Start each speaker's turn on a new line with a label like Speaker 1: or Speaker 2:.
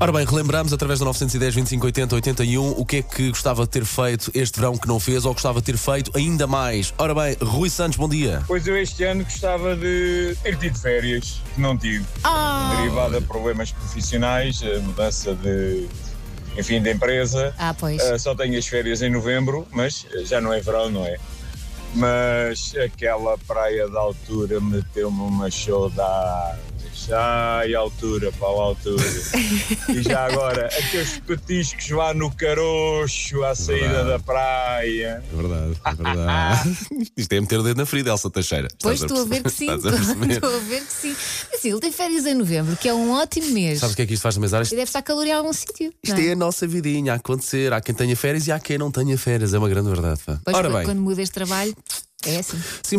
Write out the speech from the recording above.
Speaker 1: Ora bem, relembramos através do 910 2580 81 o que é que gostava de ter feito este verão que não fez ou gostava de ter feito ainda mais. Ora bem, Rui Santos, bom dia.
Speaker 2: Pois eu este ano gostava de ter tido férias, que não tive.
Speaker 3: Ah!
Speaker 2: Derivado a problemas profissionais, a mudança de, enfim, de empresa.
Speaker 3: Ah, pois.
Speaker 2: Ah, só tenho as férias em novembro, mas já não é verão, não é? Mas aquela praia da altura meteu-me uma saudades. Ai, altura, Paulo, altura. e já agora, aqueles petiscos lá no carocho, à saída da praia.
Speaker 1: É verdade, é verdade. Isto é meter o dedo na ferida, Elsa Teixeira.
Speaker 3: Pois
Speaker 1: Estás
Speaker 3: estou a ver que sim,
Speaker 1: Estás a perceber?
Speaker 3: estou a ver que sim. Mas sim, ele tem férias em novembro, que é um ótimo mês.
Speaker 1: Sabes o que é que isto faz no mês
Speaker 3: E
Speaker 1: Isto,
Speaker 3: deve estar calor em algum sítio.
Speaker 1: isto
Speaker 3: não
Speaker 1: é a nossa vidinha a acontecer. Há quem tenha férias e há quem não tenha férias. É uma grande verdade. pá.
Speaker 3: Pois
Speaker 1: Ora
Speaker 3: quando-
Speaker 1: bem.
Speaker 3: quando mudas de trabalho, é assim.
Speaker 1: Sim,